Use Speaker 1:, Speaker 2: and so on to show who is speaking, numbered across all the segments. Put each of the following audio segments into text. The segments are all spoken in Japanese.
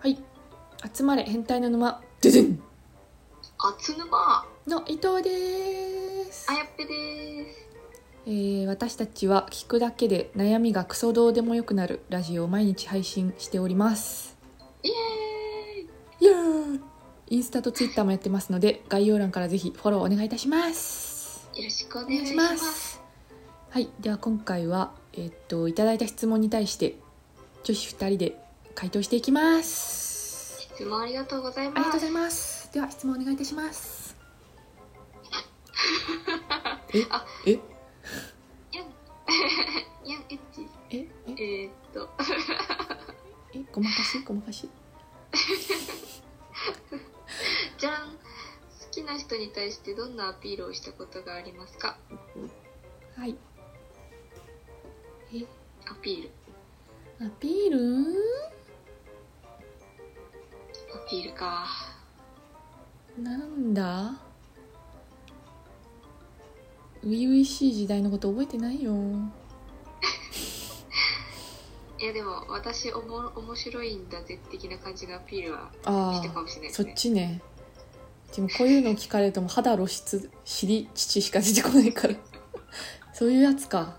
Speaker 1: はい集まれ変態の沼ででん
Speaker 2: あつぬま
Speaker 1: の伊藤です
Speaker 2: あやっぺです
Speaker 1: えー私たちは聞くだけで悩みがクソどうでもよくなるラジオを毎日配信しております
Speaker 2: イエーイ
Speaker 1: イエーイインスタとツイッターもやってますので概要欄からぜひフォローお願いいたします
Speaker 2: よろしくお
Speaker 1: お
Speaker 2: 願いします
Speaker 1: はいでは今回はえっといただいた質問に対して女子2人で回答していきます
Speaker 2: 質問ありがとうござい
Speaker 1: あり
Speaker 2: ま
Speaker 1: がとうご
Speaker 2: す
Speaker 1: ざいます。では質問お願いいたします。
Speaker 2: あ
Speaker 1: え
Speaker 2: いやエッチ
Speaker 1: えええ
Speaker 2: えー、っと
Speaker 1: えごまかしごまかし。
Speaker 2: じゃん好きな人に対してどんなアピールをしたことがありますか
Speaker 1: はい。え
Speaker 2: アピール
Speaker 1: アピール？
Speaker 2: アピールか
Speaker 1: なんだ？初々しい時代のこと覚えてないよ。
Speaker 2: いやでも私おも面白いんだぜ的な感じのアピールはし
Speaker 1: あ
Speaker 2: たか
Speaker 1: あ
Speaker 2: もしれないで
Speaker 1: そ
Speaker 2: す
Speaker 1: っ
Speaker 2: ね
Speaker 1: ちね。でもこういうの聞かれるともう肌露出尻乳しか出てこないからそういうやつか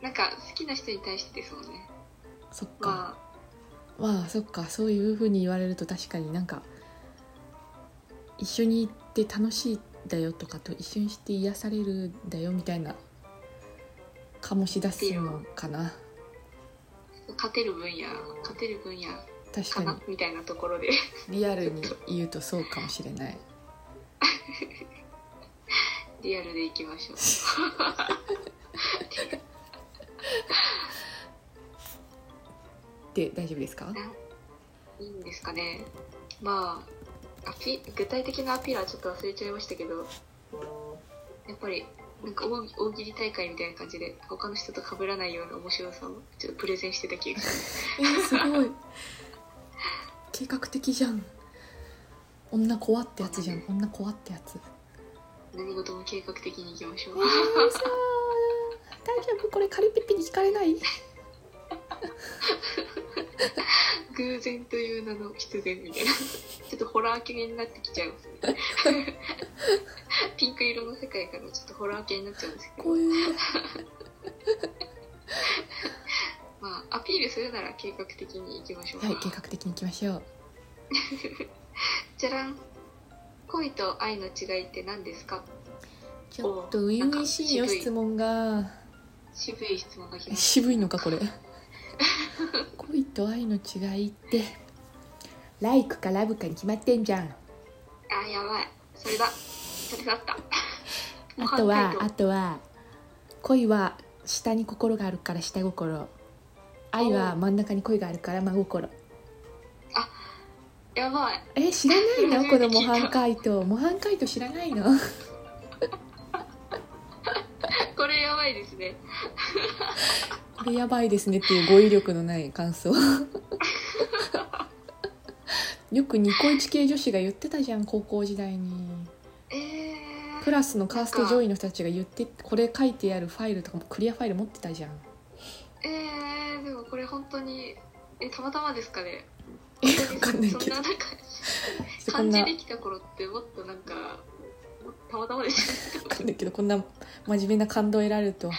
Speaker 2: なんか好きな人に対してですもんね
Speaker 1: そっか、
Speaker 2: まあ
Speaker 1: まあそっかそういうふうに言われると確かになんか一緒に行って楽しいんだよとかと一緒にして癒されるんだよみたいな醸し出すのかな
Speaker 2: 勝てる分野勝てる分野
Speaker 1: 確
Speaker 2: か
Speaker 1: か
Speaker 2: なみたいなところで
Speaker 1: にリアルに言うとそうかもしれない
Speaker 2: リアルでいきましょう。
Speaker 1: で大丈夫ですか
Speaker 2: いいんですかね。まあ、アピ具体的なアピールはちょっと忘れちゃいましたけど、やっぱり、なんか大大喜利大会みたいな感じで、他の人と被らないような面白さをちょっとプレゼンしてた気がします。
Speaker 1: えーすごい計画的じゃん女怖ってやつじゃん女怖ってやつ
Speaker 2: 何事も計画的にいき ましょう。
Speaker 1: えー、さあ大丈夫これカリピッピに聞かれない
Speaker 2: 偶然という名の必然みたいな。ちょっとホラー系になってきちゃいます ね。ピンク色の世界からちょっとホラー系になっちゃうんですけど
Speaker 1: こう。いう
Speaker 2: まあ、アピールするなら計画的にいきましょう。
Speaker 1: はい、計画的にいきましょう。
Speaker 2: じゃらん。恋と愛の違いって何ですか
Speaker 1: ちょっと初々しいよ、
Speaker 2: なんか渋い
Speaker 1: 質問が。
Speaker 2: 渋い質問が来まし
Speaker 1: 渋いのか、これ。恋と愛の違いって。ライクかラブかに決まってんじゃん。
Speaker 2: た。あー、やばい。それだ。それ だった。
Speaker 1: あとは
Speaker 2: 模
Speaker 1: あ
Speaker 2: 範、解答
Speaker 1: とは。恋は下に心があるから下心。愛は真ん中に恋があるから真心。
Speaker 2: やばい。
Speaker 1: え、 知らないのこ
Speaker 2: 初め
Speaker 1: の
Speaker 2: て聞
Speaker 1: 模
Speaker 2: いた
Speaker 1: 範解答。模範解答知らないの
Speaker 2: これやばいですね。
Speaker 1: これやばいですねっていう語彙力のない感 想。よくニコイチ系女子が言ってたじゃん、高校時代に。
Speaker 2: え
Speaker 1: ク
Speaker 2: ー、
Speaker 1: ラスのカースト上位の人たちが言ってこれ書いてあるファイルとかもクリアファイル持ってたじゃん
Speaker 2: えー、でもこれ本当に、え、たまたまですかね。
Speaker 1: えわかんないけど
Speaker 2: そんななんか、
Speaker 1: こん
Speaker 2: 感
Speaker 1: な
Speaker 2: じ
Speaker 1: わ
Speaker 2: できた頃ってもっとなんか、たまたま でした。
Speaker 1: かんないけどこんな真面目な感動を得られるとは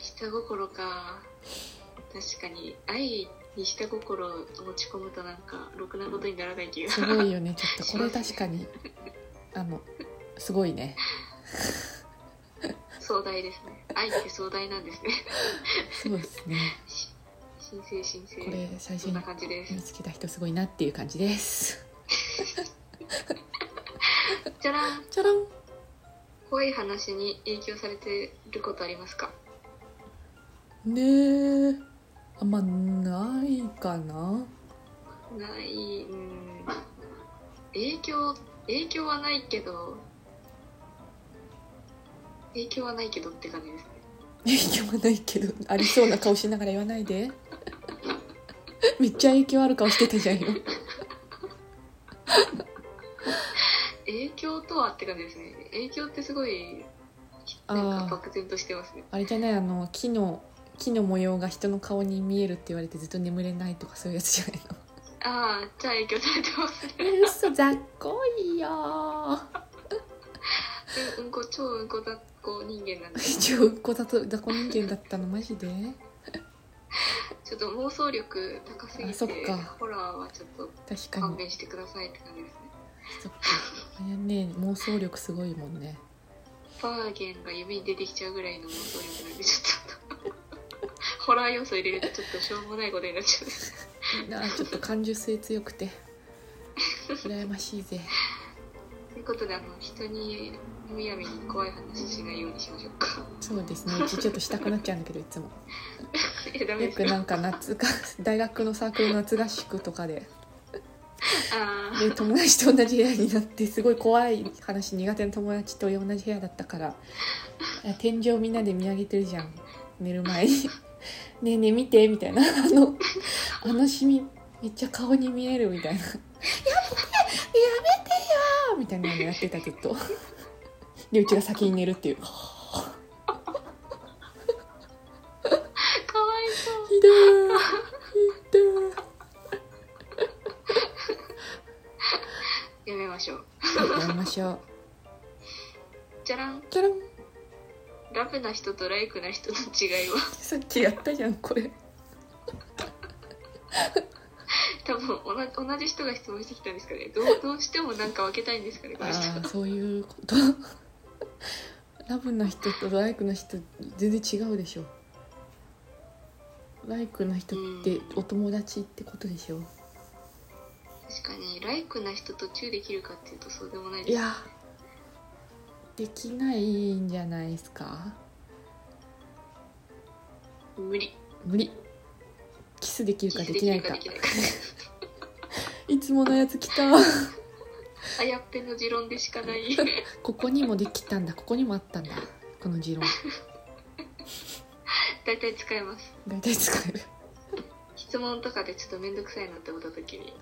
Speaker 2: 下心か確かに愛に下心を持ち込むとなんかろくなことにならない気が
Speaker 1: すごいよねちょっとこれ確かにあのすごい ね
Speaker 2: 壮大ですね愛って壮大なんですね
Speaker 1: そうですね
Speaker 2: 神聖神聖
Speaker 1: これ最初
Speaker 2: そん
Speaker 1: に
Speaker 2: な感じです
Speaker 1: 見つけた人すごいなっていう感じです
Speaker 2: じゃらん
Speaker 1: じゃらん
Speaker 2: 怖い話に影響されてることありますか
Speaker 1: ねえあんまないかな
Speaker 2: ないうん影響影響はないけど影響はないけどって感じです
Speaker 1: 影
Speaker 2: ね
Speaker 1: 響はないけどありそうな顔しながら言わないで めっちゃ影響ある顔してたじゃんよ
Speaker 2: 影響とはって感じですね影響ってすごいなんか漠然としてますね
Speaker 1: あれじゃないあの木の木の模様が人の顔に見えるって言われてずっと眠れないとかそういうやつじゃないの
Speaker 2: ああじゃあ影響されてますね
Speaker 1: え嘘ざっこいよー
Speaker 2: うんうんこ超うんこだっこ人間なん で
Speaker 1: 一応こざと雑魚人間だったのマジで
Speaker 2: ちょっと妄想力高すぎ
Speaker 1: あそってか
Speaker 2: ホラーはちょっと
Speaker 1: 確か
Speaker 2: 勘
Speaker 1: に
Speaker 2: 弁してくださいって感じですね
Speaker 1: そっかいやね妄想力すごいもんね
Speaker 2: バーゲンが夢に出てきちゃうぐらいの妄想力なんでちょっと ホラー要素入れるとちょっとしょうもないことになっちゃう
Speaker 1: いいなちょっと感受性強くて羨ましいぜ
Speaker 2: ということであの人にむやみに怖い話しないようにしましょう か
Speaker 1: そうですねうちちょっとしたくなっちゃうんだけどいつも
Speaker 2: えダメ
Speaker 1: よ
Speaker 2: です
Speaker 1: く
Speaker 2: か
Speaker 1: なんか夏が 大学のサークルの夏合宿とかで
Speaker 2: あー
Speaker 1: で友達と同じ部屋になってすごい怖い話苦手な友達と同じ部屋だったから天井みんなで見上げてるじゃん寝る前に 「ねえねえ見て」みたいな「あのあのシミめっちゃ顔に見える」みたいな「やめてやめてよ」みたいなのやってたずっとでうちが先に寝るっていうひ
Speaker 2: かわいそう
Speaker 1: どーひどー
Speaker 2: やめましょう
Speaker 1: はいやりましょう
Speaker 2: じゃらん
Speaker 1: キャラン
Speaker 2: ラブな人とライクな人の違いは
Speaker 1: さっきやったじゃんこれ
Speaker 2: 多分同じ同じ人が質問してきたんですかねどうどうしてもなんか分けたいんですかねこ
Speaker 1: あ
Speaker 2: の人
Speaker 1: あそういうことラブな人とライクな人全然違うでしょライクな人ってお友達ってことでしょ
Speaker 2: 確かにライクな人とチューできるかっていうとそうでもない
Speaker 1: い
Speaker 2: です
Speaker 1: やできないんじゃないですか
Speaker 2: 無理
Speaker 1: 無理キスできるかできないか
Speaker 2: できないか
Speaker 1: いつものやつ来た
Speaker 2: あやっぺの持論でしかない
Speaker 1: ここにもできたんだここにもあったんだこの 持論
Speaker 2: 大体使えます
Speaker 1: 大体使える
Speaker 2: 質問とかでちょっと面倒くさいなって思った時に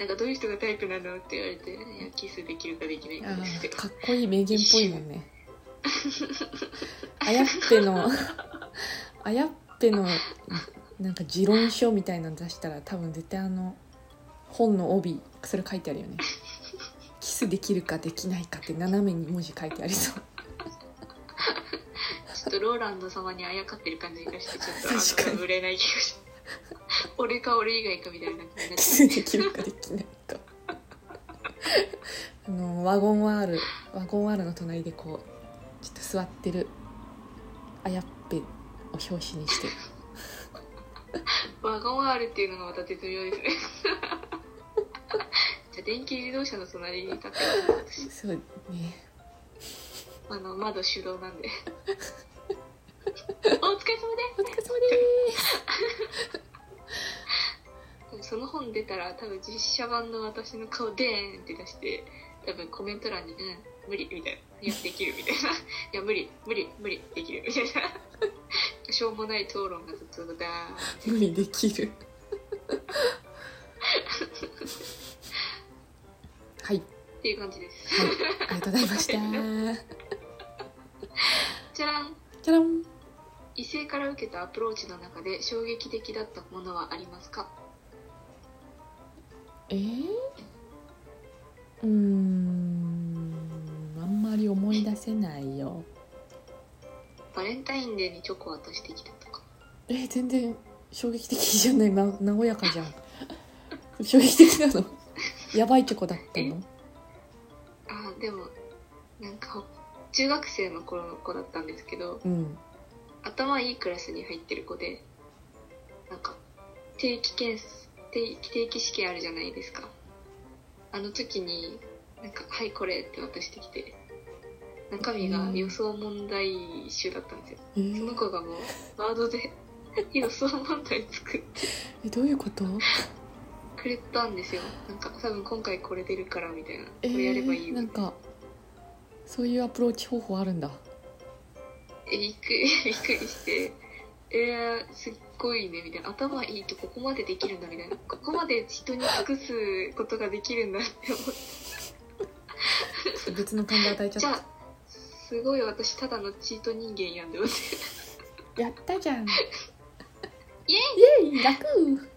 Speaker 2: なんかどういう人がタイプなのって言われていやキスできるかできない
Speaker 1: あ
Speaker 2: かですけ
Speaker 1: ー
Speaker 2: ど
Speaker 1: かっこいい名言っぽいもんねあやっぺのあやっぺのなんか持論書みたいなの出したら多分絶対あの本の帯それ書いてあるよねキスできるかできないかって斜めに文字書いてありそう
Speaker 2: ちょっとローランド様にあやかってる感じがしてちょっと
Speaker 1: 確か
Speaker 2: あ
Speaker 1: に
Speaker 2: の売れない気がして俺か俺以外かみたいな感じに
Speaker 1: キ
Speaker 2: なっち ゃ
Speaker 1: スできるかできないか あのワゴンワールワゴンワールの隣でこうちょっと座ってるあやっぺを表紙にして
Speaker 2: うワゴン R っていうのがまた絶妙ですね じゃあ電気自動車の隣に立って私
Speaker 1: そうね
Speaker 2: あの窓手動なんでお疲
Speaker 1: お疲
Speaker 2: れ様
Speaker 1: れ様でー
Speaker 2: ですその本出たら多分実写版の私の顔でーんって出して多分コメント欄に「うん無理」みたいな「いやできる」みたいな 「いや無理無理無理できる」みたいなしょうもない 討論がずっとだーっ
Speaker 1: す無理できるはい、
Speaker 2: ていう感じです
Speaker 1: はい、ありがとうございました
Speaker 2: じゃらん
Speaker 1: じゃらん
Speaker 2: 異性から受けたアプローチの中で衝撃的だったものはありますか
Speaker 1: えー、うーんあんまり思い出せないよ
Speaker 2: バレンタインデーにチョコ渡してきたとか
Speaker 1: えー、全然衝撃的じゃない、ま、和やかじゃん衝撃的なのやばいチョコだったの
Speaker 2: あーでもなんかほ中学生の頃の子だったんですけど
Speaker 1: うん
Speaker 2: 頭いいクラスに入ってる子でなんか定期検査定定期試験あるじゃないですかあの時になんか「はいこれ」って渡してきて中身が予想問題集だったんですよ
Speaker 1: え
Speaker 2: その
Speaker 1: ー、
Speaker 2: 子がもうワードで予想問題作って
Speaker 1: えどういうこと
Speaker 2: くれたんですよなんか多分今回これ出るからみたいなこ
Speaker 1: え
Speaker 2: れやればいい
Speaker 1: ー、
Speaker 2: よ、
Speaker 1: なんかそういうアプローチ方法あるんだ
Speaker 2: えびっくり びっくりしてえー、すっごいねみたいな頭いいとここまでできるんだみたいなここまで人に尽くすことができるんだって思って
Speaker 1: 別の感じ与えちゃっ
Speaker 2: じ
Speaker 1: た
Speaker 2: ゃあすごい私ただのチート人間やんで思って
Speaker 1: やったじゃん楽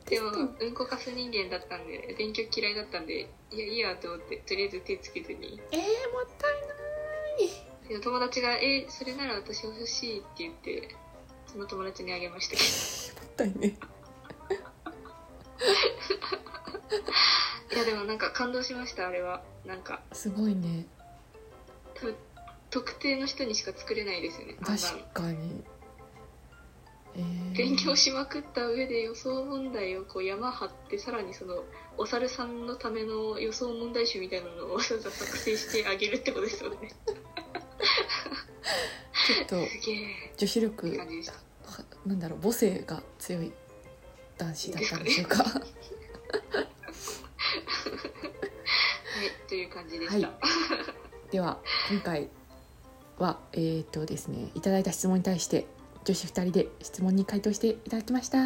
Speaker 2: でもうんこかす人間だったんで勉強嫌いだったんでいやいいやと思ってとりあえず手つけずに
Speaker 1: えー、もったいない
Speaker 2: でも友達が「えそれなら私欲しい」って言ってその友達にあげましたけ
Speaker 1: もったいね
Speaker 2: どいやでもなんか感動しましたあれはなんか
Speaker 1: すごいね
Speaker 2: 多分特定の人にしか作れないですよねあんな
Speaker 1: 確かにえー、
Speaker 2: 勉強しまくった上で予想問題をこう山張ってさらにそのお猿さんのための予想問題集みたいなのをわざわざ作成してあげるってことですよね
Speaker 1: ちょっと
Speaker 2: すげえ
Speaker 1: 女子
Speaker 2: って
Speaker 1: 力
Speaker 2: 感じでした
Speaker 1: はなんだろう母性が強い男子だったんでしょうか
Speaker 2: はいという感じでした、
Speaker 1: はい では今回はえー、とですねいただいた質問に対して女子2人で質問に回答していただきました
Speaker 2: イエ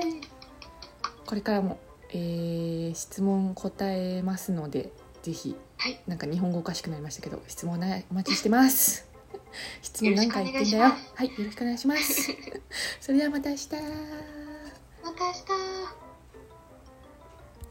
Speaker 2: ーイ
Speaker 1: これからも、えー質問答えますのでぜひ
Speaker 2: はい
Speaker 1: なんか日本語おかしくなりましたけど質問ないお待ちしてます質問何回言ってんだよ
Speaker 2: よろしくお願いし
Speaker 1: はいよろしくお願いしますそれではまた明日
Speaker 2: また明日